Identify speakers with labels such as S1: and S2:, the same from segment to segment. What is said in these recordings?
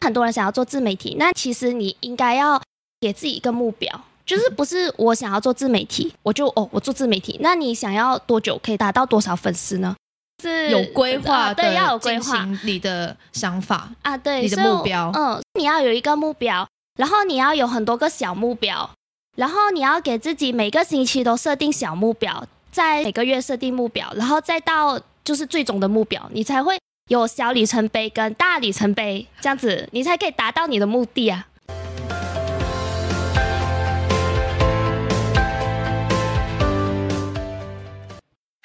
S1: 很多人想要做自媒体，那其实你应该要给自己一个目标，就是不是我想要做自媒体，我就哦我做自媒体，那你想要多久可以达到多少粉丝呢？是
S2: 有规划
S1: 啊
S2: 的，
S1: 对，要有规划，
S2: 你的想法，
S1: 啊，对，
S2: 你的
S1: 所以我
S2: 目标
S1: 嗯，你要有一个目标，然后你要有很多个小目标，然后你要给自己每个星期都设定小目标，在每个月设定目标，然后再到就是最终的目标，你才会有小里程碑跟大里程碑，这样子你才可以达到你的目的啊。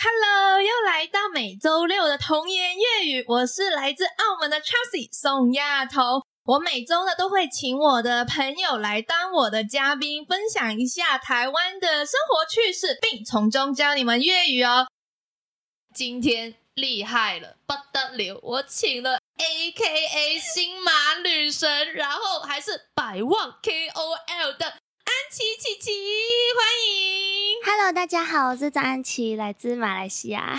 S3: Hello，又来到每周六的童言粤语，我是来自澳门的 Chelsea 宋亚彤。我每周呢都会请我的朋友来当我的嘉宾，分享一下台湾的生活趣事，并从中教你们粤语哦。
S2: 今天厉害了，不得了！我请了 A K A 新马女神，然后还是百万 K O L 的安琪琪琪，欢迎！
S1: Hello，大家好，我是张安琪，来自马来西亚。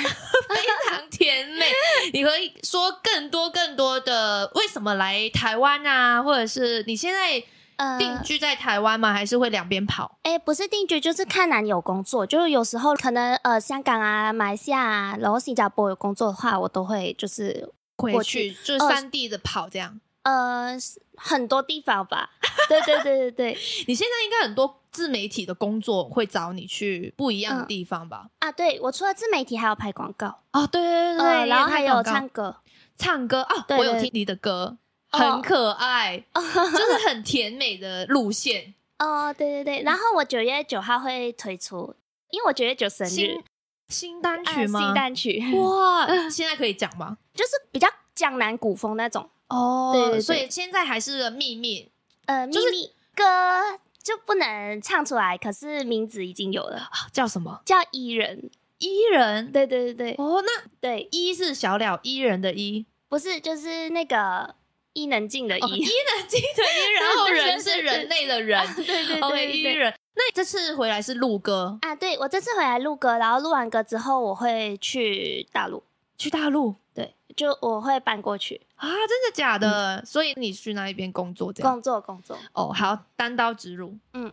S2: 非常甜美。 你可以说更多更多的为什么来台湾啊，或者是你现在
S1: 呃
S2: 定居在台湾吗？还是会两边跑？
S1: 哎，不是定居，就是看男友工作，就是有时候可能呃香港啊、马来西亚啊，然后新加坡有工作的话，我都会就是
S2: 回
S1: 过
S2: 去
S1: 去
S2: 就是三地的跑这样。
S1: 呃，是很多地方吧。 对对对对对
S2: 你现在应该很多自媒体的工作会找你去不一样的地方吧？
S1: 啊！对我除了自媒体，还有拍广告，
S2: 哦，对对对对，
S1: 呃，
S2: 你也
S1: 然后
S2: 拍
S1: 还有
S2: 广告
S1: 唱歌，
S2: 唱歌啊，
S1: 对
S2: 我有
S1: 对
S2: 听你的歌，
S1: 哦
S2: 很可 爱，就是很甜美的路线。
S1: 哦，对对对。然后我九月九号会推出，因为我九月九生日
S2: 新，新单
S1: 啊
S2: 曲吗？
S1: 新单曲
S2: 哇， 现在可以讲吗？
S1: 就是比较江南古风那种，
S2: 哦
S1: 对对对
S2: 所以现在还是个秘密
S1: 呃，
S2: 就是
S1: 秘密歌就不能唱出来，可是名字已经有了，
S2: 啊，叫什么？
S1: 叫伊人。
S2: 伊人
S1: 对对对对
S2: 哦，那
S1: 对，
S2: 伊是小了伊人的伊，
S1: 不是就是那个伊能静的
S2: 哦伊
S1: 伊，
S2: 人记得伊，然后人是 人类的人
S1: 对对 对
S2: ，OK
S1: 对
S2: 伊
S1: 对。
S2: 人。那这次回来是录歌，
S1: 啊，对我这次回来录歌，然后录完歌之后，我会去大陆，
S2: 去大陆
S1: 对，就我会搬过去
S2: 啊？真的假的？所以你去那一边工作这样？
S1: 嗯工作工作。
S2: 哦，好，单刀直入，
S1: 嗯，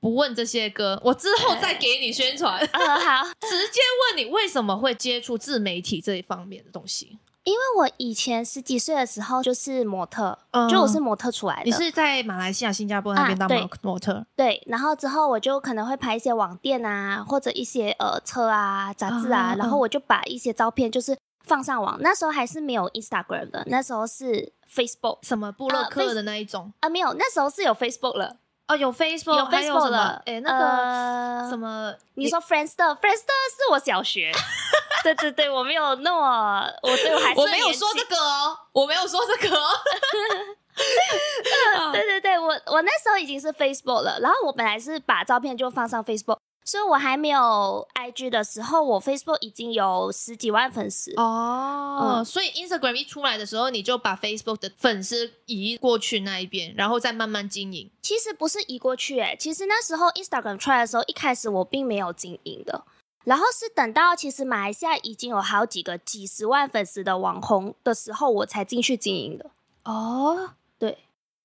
S2: 不问这些歌，我之后再给你 宣传。
S1: 呃，好，
S2: 直接问你为什么会接触自媒体这一方面的东西？
S1: 因为我以前十几岁的时候就是模特，
S2: 嗯
S1: 就我是模特出来的，
S2: 你是在马来西亚、新加坡那边
S1: 啊
S2: 当
S1: 对
S2: 模模特，
S1: 对，然后之后我就可能会拍一些网店啊，或者一些呃车啊、杂志啊，
S2: 嗯嗯
S1: 然后我就把一些照片就是放上网，那时候还是没有 Instagram 的，那时候是 Facebook，
S2: 什么布洛克的那一种？
S1: 啊，没有，那时候是有 Facebook 了，
S2: 哦，有 Facebook，
S1: 有
S2: 还
S1: Facebook
S2: 什么
S1: 了
S2: 哎，那个
S1: 呃
S2: 什么？
S1: 你说 Friendster，Friendster 是我小学， 对对对，我没有那么，我对我还是
S2: 我没有
S1: 年
S2: 说
S1: 轻
S2: 这个哦，我没有说这个哦。
S1: 对对对，我我那时候已经是 Facebook 了，然后我本来是把照片就放上 Facebook，所以我还没有 IG 的时候，我 Facebook 已经有十几万粉丝。
S2: 哦，
S1: 嗯
S2: 所以 Instagram 一出来的时候，你就把 Facebook 的粉丝移过去那一边，然后再慢慢经营。
S1: 其实不是移过去、欸，其实那时候 Instagram 出来的时候，一开始我并没有经营的。然后是等到其实马来西亚已经有好几个几十万粉丝的网红的时候，我才进去经营的。
S2: 哦，
S1: 对，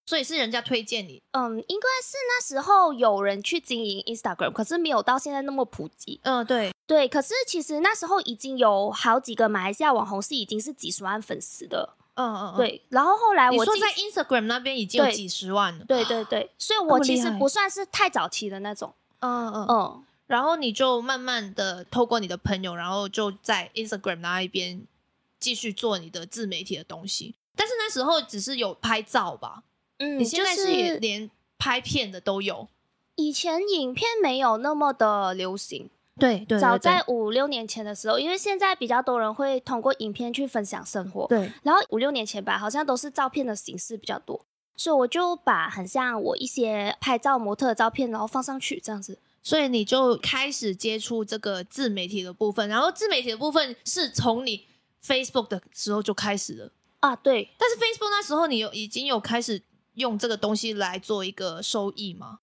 S2: 所以是人家推荐你。
S1: 嗯，应该是那时候有人去经营 Instagram，可是没有到现在那么普及。
S2: 嗯，对，
S1: 对，可是其实那时候已经有好几个马来西亚网红是已经是几十万粉丝的。
S2: 嗯嗯，嗯。
S1: 对，然后后来
S2: 你
S1: 我
S2: 说
S1: 进
S2: 在 Instagram 那边已经有
S1: 对
S2: 几十万了，
S1: 对对对，所以
S2: 么
S1: 我
S2: 厉
S1: 其实
S2: 害
S1: 不算是太早期的那种。
S2: 嗯嗯嗯，
S1: 嗯，
S2: 然后你就慢慢的透过你的朋友，然后就在 Instagram 那一边继续做你的自媒体的东西。但是那时候只是有拍照吧，
S1: 嗯，
S2: 你现在
S1: 就是
S2: 也连拍片的都有。
S1: 以前影片没有那么的流行，
S2: 对对
S1: 早在五六年前的时候，因为现在比较多人会通过影片去分享生活，
S2: 对
S1: 然后五六年前吧，好像都是照片的形式比较多，所以我就把很像我一些拍照模特的照片，然后放上去这样子。
S2: 所以你就开始接触这个自媒体的部分，然后自媒体的部分是从你 Facebook 的时候就开始了。
S1: 啊，对，
S2: 但是 Facebook 那时候你有已经有开始用这个东西来做一个收益吗？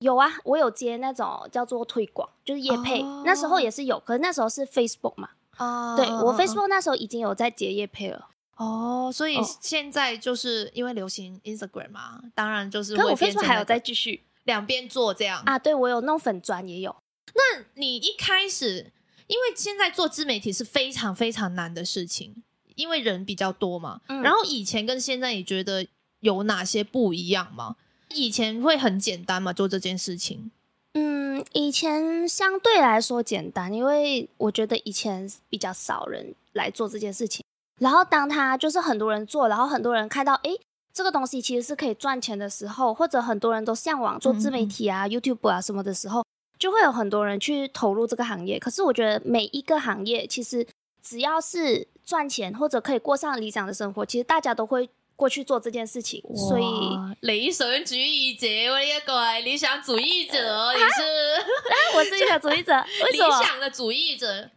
S1: 有啊，我有接那种叫做推广，就是业配，
S2: 哦
S1: 那时候也是有，可是那时候是 Facebook 嘛，
S2: 啊
S1: 对我 Facebook 那时候已经有在接业配了。
S2: 哦，所以
S4: 哦
S2: 现在就是因为流行 Instagram 嘛，当然就是
S4: 可
S2: 会
S4: 我 Facebook
S2: 变成
S4: 还
S2: 那
S4: 有
S2: 个
S4: 在继续，
S2: 两边做这样。
S1: 啊，对我有弄粉砖也有，
S2: 那你一开始，因为现在做自媒体是非常非常难的事情，因为人比较多嘛。
S1: 嗯
S2: 然后以前跟现在，你觉得有哪些不一样吗？以前会很简单嘛，做这件事情。
S1: 嗯，以前相对来说简单，因为我觉得以前比较少人来做这件事情。然后当他就是很多人做，然后很多人看到，诶，这个东西其实是可以赚钱的时候，或者很多人都向往做
S2: 嗯
S1: 自媒体啊、YouTube 啊什么的时候，就会有很多人去投入这个行业。可是我觉得每一个行业其实只要是赚钱或者可以过上理想的生活，其实大家都会过去做这件事情。所以
S2: 哇理想主义者，我的一个理想主义
S4: 啊
S2: 者，你是。
S1: 我是一个主义者，为
S2: 理
S1: 什么？
S2: 想的主义者，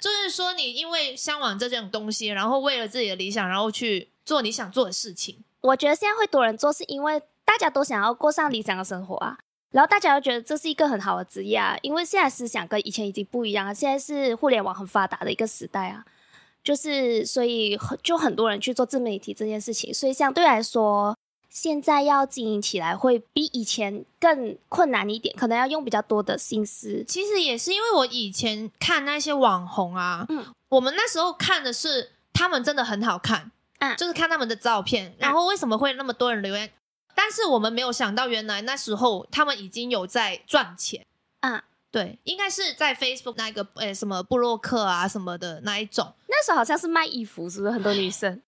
S2: 就是说你因为向往这种东西，然后为了自己的理想，然后去做你想做的事情。
S1: 我觉得现在会多人做，是因为大家都想要过上理想的生活啊。然后大家都觉得这是一个很好的职业啊，因为现在思想跟以前已经不一样了，现在是互联网很发达的一个时代啊，就是所以很就很多人去做自媒体这件事情，所以相对来说，现在要经营起来会比以前更困难一点，可能要用比较多的心思。
S2: 其实也是因为我以前看那些网红啊，
S1: 嗯
S2: 我们那时候看的是他们真的很好看，
S1: 嗯
S2: 就是看他们的照片，然后为什么会那么多人留言？但是我们没有想到，原来那时候他们已经有在赚钱。
S1: 嗯，
S2: 对，应该是在 Facebook 那个呃什么布洛克啊什么的那一种。
S1: 那时候好像是卖衣服，是不是很多女生？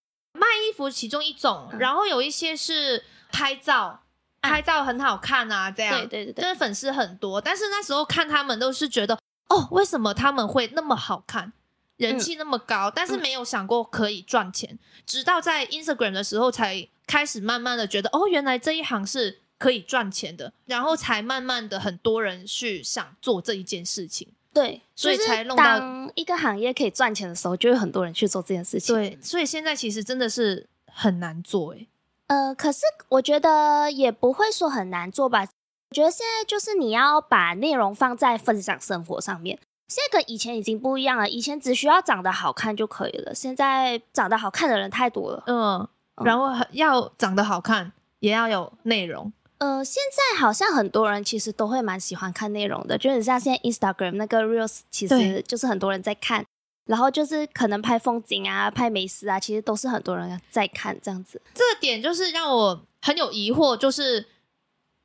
S2: 衣服其中一种，
S1: 嗯
S2: 然后有一些是拍照，拍照很好看啊，这样
S1: 对对对
S2: 就
S1: 对，
S2: 是粉丝很多。但是那时候看他们都是觉得，哦，为什么他们会那么好
S1: 嗯
S2: 看，人气那么高，但是没有想过可以赚钱。直到在 Instagram 的时候，才开始慢慢的觉得，哦，原来这一行是可以赚钱的，然后才慢慢的很多人去想做这一件事情。
S1: 对，
S2: 所以
S1: 就是
S2: 才弄到
S1: 当一个行业可以赚钱的时候，就会很多人去做这件事情。
S2: 对，所以现在其实真的是很难做、欸，
S1: 呃，可是我觉得也不会说很难做吧。我觉得现在就是你要把内容放在分享生活上面，现在跟以前已经不一样了。以前只需要长得好看就可以了，现在长得好看的人太多了。
S2: 嗯，
S1: 嗯
S2: 然后很要长得好看，也要有内容。
S1: 呃，现在好像很多人其实都会蛮喜欢看内容的，就是像现在 Instagram 那个 Reels，其
S2: 对
S1: 实就是很多人在看，然后就是可能拍风景啊、拍美食啊，其实都是很多人在看这样子。
S2: 这点就是让我很有疑惑，就是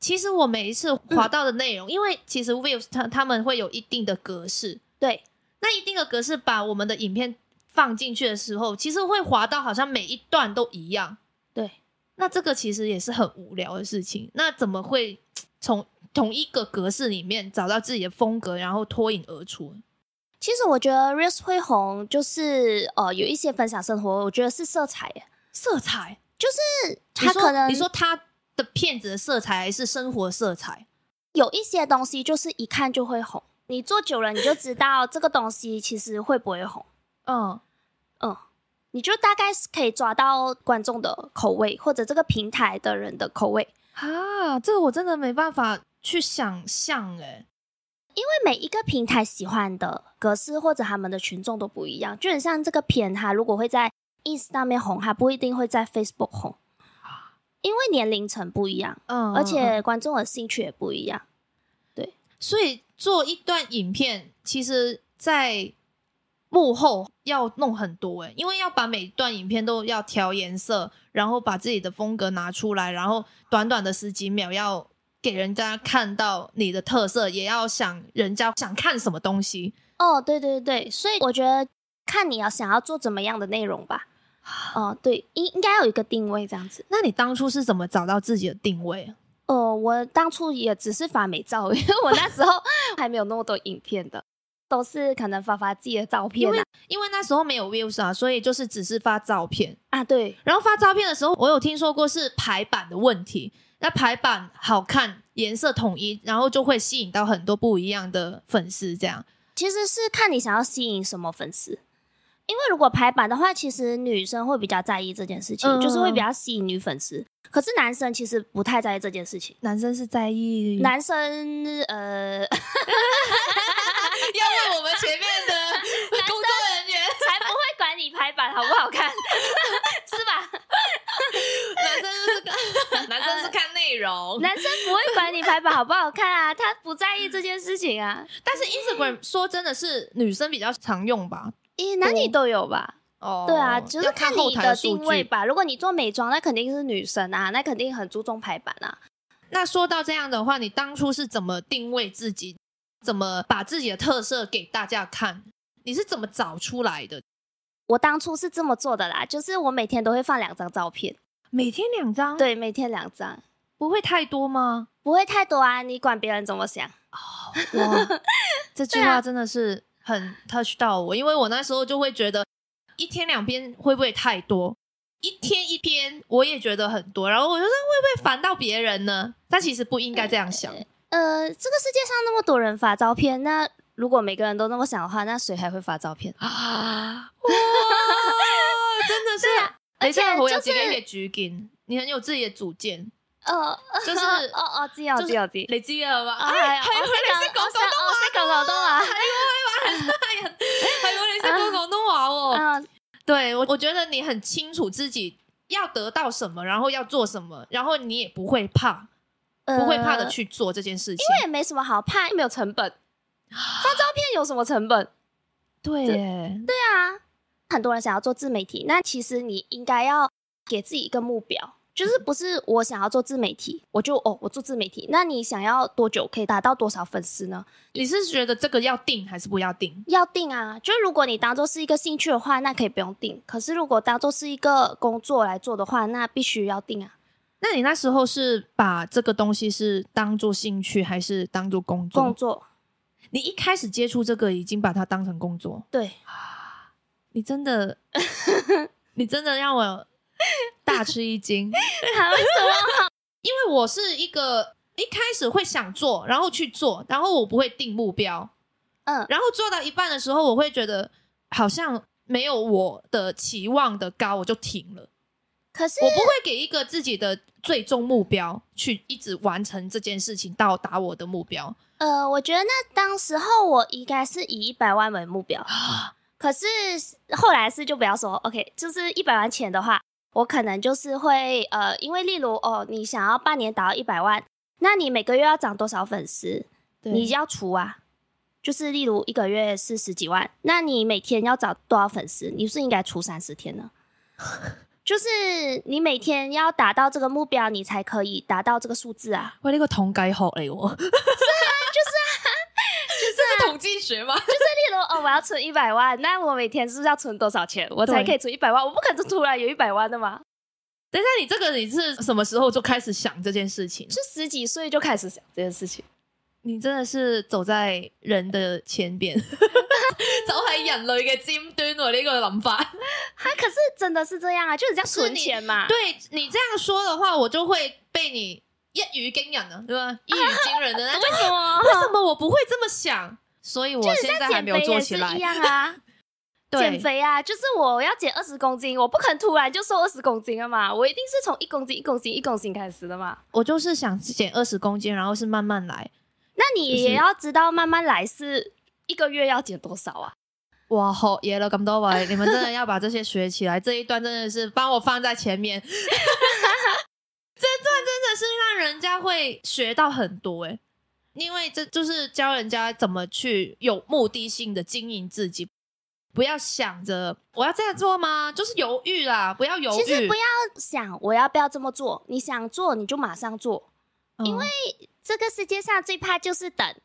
S2: 其实我每一次
S1: 嗯
S2: 滑到的内容，因为其实 Views 他他们会有一定的格式，
S1: 对，
S2: 那一定的格式把我们的影片放进去的时候，其实会滑到好像每一段都一样。
S1: 对，
S2: 那这个其实也是很无聊的事情。那怎么会从同一个格式里面找到自己的风格，然后脱颖而出？
S1: 其实我觉得 Reels 会红，就是呃有一些分享生活，我觉得是色彩耶，
S2: 色彩
S1: 就是
S2: 你
S1: 它
S2: 说
S1: 可能
S2: 你说他的骗子的色彩还是生活色彩？
S1: 有一些东西就是一看就会红，你做久了你就知道这个东西其实会不会红，
S2: 嗯，
S1: 你就大概是可以抓到观众的口味或者这个平台的人的口味，
S2: 啊，这个我真的没办法去想象哎。
S1: 因为每一个平台喜欢的格式或者他们的群众都不一样，就很像这个片它如果会在 Ins 上面红，它不一定会在 Facebook 红，因为年龄层不一样，
S2: 啊嗯，
S1: 而
S2: 嗯，嗯
S1: 且观众的兴趣也不一样。
S2: 所以做一段影片，其实在幕后要弄很多哎，因为要把每段影片都要调颜色，然后把自己的风格拿出来，然后短短的十几秒要给人家看到你的特色，也要想人家想看什么东西。
S1: 哦，对对对，所以我觉得看你要想要做怎么样的内容吧。哦，对，应应该有一个定位这样子。
S2: 那你当初是怎么找到自己的定位啊？
S1: 哦，我当初也只是发美照， 因为我那时 候还没有那么多影片的，都是可能发发自己的照片啊。
S2: 因为那时候没有 views 啊，所以就是只是发照片。
S1: 啊，对，
S2: 然后发照片的时候，我有听说过是排版的问题。那排版好看，颜色统一，然后就会吸引到很多不一样的粉丝。这样，
S1: 其实是看你想要吸引什么粉丝。因为如果排版的话，其实女生会比较在意这件事情，就是会比
S2: 嗯
S1: 较吸引女粉丝。可是男生其实不太在意这件事情，
S2: 男生是在意
S1: 男生呃才
S2: 要问我们前面的工作人员，
S1: 不会管你品牌版好不好 看，是吧？
S2: 男生就是看男生是看内 容，
S1: 男生不会管品牌版好不好看啊，他不在意这件事情 啊。
S2: 但是 Instagram 说真的是女生比较常用吧？
S1: 咦，男女都有吧？
S2: 哦
S1: 对啊，就是
S2: 要看后
S1: 你
S2: 台
S1: 的
S2: 数
S1: 定位
S2: 据。
S1: 吧。如果你做美妆，那肯定是女生啊，那肯定很注重排版啊。
S2: 那说到这样的话，你当初是怎么定位自己，怎么把自己的特色给大家看？你是怎么找出来的？
S1: 我当初是这么做的啦，就是我每天都会放两张照片，
S2: 每天两张，，
S1: 对，每天两张，
S2: 不会太多吗？
S1: 不会太多啊。你管别人怎么想？
S2: 哇，这句话真的是很 touch 到我，因为我那时候就会觉得一天两篇会不会太多？一天一篇我也觉得很多，然后我就说会不会烦到别人呢？但其实不应该这样想，
S1: 呃，这个世界上那么多人发照片，那如果每个人都那么想的话，那谁还会发照片？
S2: 啊！哇， 真的是，
S1: 啊而
S2: 你
S1: 且
S2: 这样我有
S1: 就
S2: 几个
S1: 是
S2: 也主见，你很有自己的主见，
S1: 呃，
S2: 就是
S1: 哦哦，知道
S2: 就是
S1: 知道知道。
S2: 你知道吧？
S1: 啊
S2: 哎，
S1: 我
S2: 係喎
S1: 識
S2: 你識
S1: 講，我
S2: 講
S1: 識
S2: 廣東
S1: 我識講廣東
S2: 哦
S1: 話。
S2: 係喎，你識
S1: 啊
S2: 講廣東話喎。
S1: 嗯，
S2: 哦对我，我觉得你很清楚自己要得到什么，然后要做什么，然后你也不会怕，
S1: 呃
S2: 不会怕的，去做这件事情。
S1: 这也没什么好怕，又没有成本。发照片有什么成本？
S2: 对耶，
S1: 对啊，很多人想要做自媒体，那其实你应该要给自己一个目标，就是不是我想要做自媒体，我就哦我做自媒体，那你想要多久可以达到多少粉丝呢？
S2: 你是觉得这个要定还是不要定？
S1: 要定啊，就如果你当做是一个兴趣的话，那可以不用定；可是如果当做是一个工作来做的话，那必须要定啊。
S2: 那你那时候是把这个东西是当做兴趣还是当做工作？
S1: 工作
S2: 你一开始接触这个已经把它当成工作，
S1: 对，
S2: 你真的，你真的让我大吃一惊，因为我是一个一开始会想做，然后去做，然后我不会定目标，
S1: 嗯
S2: 然后做到一半的时候，我会觉得好像没有我的期望的高，我就停了。
S1: 可是
S2: 我不会给一个自己的最终目标去一直完成这件事情，到达我的目标。
S1: 呃，我觉得那当时候我应该是以一百万为目标，可是后来是就不要说 OK，就是一百万钱的话，我可能就是会呃，因为例如哦，你想要半年达到一百万，那你每个月要涨多少粉丝，你要除啊。就是例如一个月是十几万，那你每天要找多少粉丝？你是应该除三十天呢？就是你每天要达到这个目标，你才可以达到这个数字啊。
S2: 喂，那个统计学嚟我，是啊，就是啊，啊这是啊统计学吗？
S1: 例如，哦，我要存一百万，那我每天是不是要存多少钱，我才
S2: 对
S1: 可以存一百万？我不可能突然有一百万的嘛，
S2: 等一下，你这个你是什么时候就开始想这件事情？
S1: 就十几岁就开始想这件事情。
S2: 你真的是走在人的前边， 走喺人类嘅尖端喎、呢、個个谂法。
S1: 他、可是真的是这样啊，就是这样存钱嘛。
S2: 对你这样说的话，我就会被你一语惊人啊，对吧？ 一语惊人啊的那种。
S1: 为什么？
S2: 为什么我不会这么想？所以我现在还
S1: 减
S2: 没有
S1: 肥
S2: 做
S1: 也
S2: 起
S1: 是
S2: 来
S1: 一。样 啊，减
S2: 对，
S1: 肥啊，就是我要减二十公斤，我不可能突然就瘦二十公斤啊嘛，我一定是从一公斤、一公斤、一公斤开始的嘛。
S2: 我就是想减二十公斤，然后是慢慢来。
S1: 那你也要知道，慢慢来是一个月要减多少啊？
S2: 哇，好耶了，咁多位，你们真的要把这些学起来。这一段真的是帮我放在前 面，这段真的是让人家会学到很多诶，因为这就是教人家怎么去有目的性的经营自己，不要想着我要这样做吗？就是犹豫啦，不要犹豫。
S1: 其实不要想我要不要这么做，你想做你就马上做。
S2: 因为
S1: 这个世界上最怕就是等，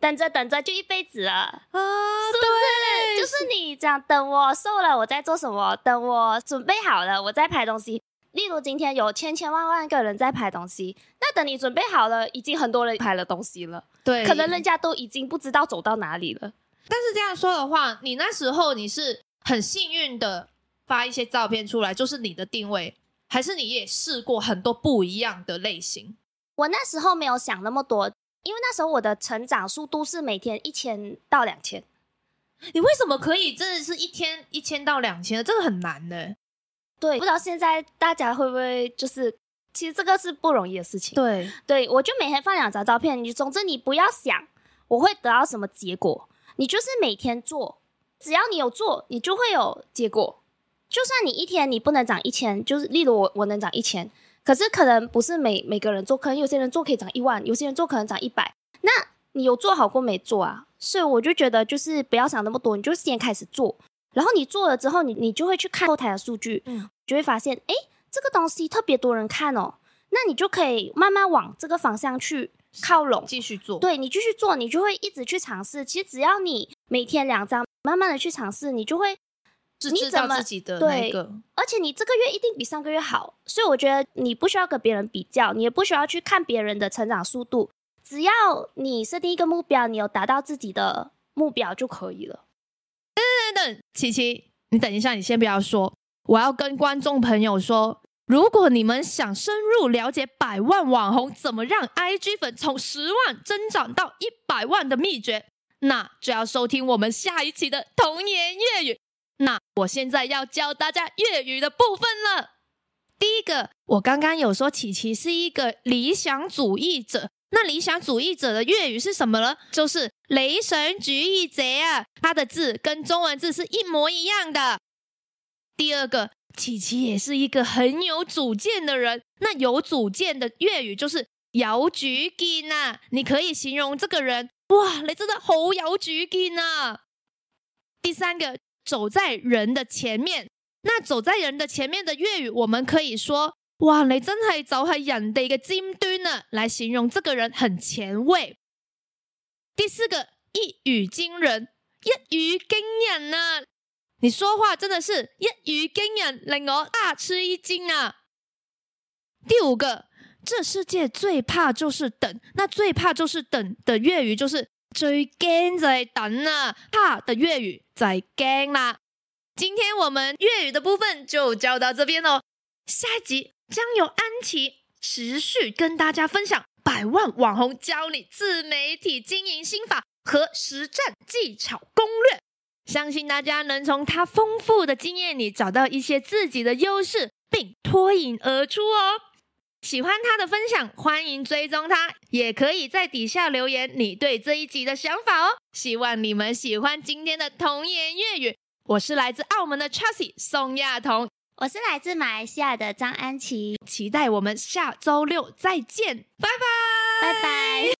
S1: 等着等着就一辈子了。
S2: 啊，对，
S1: 就是你这样等我瘦了，我在做什么？等我准备好了，我在排东西。例如今天有千千万万个人在排东西，那等你准备好了，已经很多人排了东西了，
S2: 啊对，
S1: 可能人家都已经不知道走到哪里了。
S2: 但是这样说的话，你那时候你是很幸运的发一些照片出来，就是你的定位，还是你也试过很多不一样的类型？
S1: 我那时候没有想那么多，因为那时候我的成长速度是每天一千到两千。
S2: 你为什么可以真的是一天一千到两千？这个很难的。
S1: 对，不知道现在大家会不会就是，其实这个是不容易的事情。
S2: 对，
S1: 对，我就每天放两张照片。你总之你不要想我会得到什么结果，你就是每天做，只要你有做，你就会有结果。就算你一天你不能涨一千，就是例如我我能涨一千，可是可能不是每每个人做，可能有些人做可以涨一万，有些人做可能涨一百。那你有做好过没做啊？所以我就觉得就是不要想那么多，你就先开始做，然后你做了之后，你你就会去看后台的数据，
S2: 嗯
S1: 就会发现诶，这个东西特别多人看哦，那你就可以慢慢往这个方向去靠拢。
S2: 继续做。，
S1: 对你继续做，你就会一直去尝试。其实只要你每天两张，慢慢的去尝试，你就会
S2: 是
S1: 你
S2: 知
S1: 怎
S2: 道
S1: 么
S2: 自己的那一
S1: 对
S2: 个
S1: 而且你这个月一定比上个月好，所以我觉得你不需要跟别人比较，你也不需要去看别人的成长速度，只要你设定一个目标，你有达到自己的目标就可以了。
S2: 等等，琪琪，你等一下，你先不要说，我要跟观众朋友说，如果你们想深入了解百万网红怎么让 IG 粉从十万增长到一百万的秘诀，那就要收听我们下一期的童言粤语。那我现在要教大家粤语的部分了。第一个，我刚刚有说琪琪是一个理想主义者，那理想主义者的粤语是什么呢？就是雷神主义者啊，它的字跟中文字是一模一样的。第二个，琪琪也是一个很有主见的人，那有主见的粤语就是有主见呐、啊你可以形容这个人，哇，你真的好有主见呐、啊第三个，走在人的前面，那走在人的前面的粤语，我们可以说：哇，你真係走喺人哋嘅尖端啊！来形容这个人很前卫。第四个，一语惊人，一语惊人啊！你说话真的是一语惊人，令我大吃一惊啊！第五个，这世界最怕就是等，那最怕就是等的粤语就是最惊就系等啊，怕的粤语就系惊啦。今天我们粤语的部分就教到这边喽，下一集将由安琪持续跟大家分享百万网红教你自媒体经营心法和实战技巧攻略。相信大家能从他丰富的经验里找到一些自己的优势，并脱颖而出哦。喜欢他的分享，欢迎追踪他，也可以在底下留言你对这一集的想法哦。希望你们喜欢今天的童言粤语。我是来自澳门的 Chelsea 宋亚彤，
S1: 我是来自马来西亚的张安琪，
S2: 期待我们下周六再见，拜拜。
S1: 拜拜。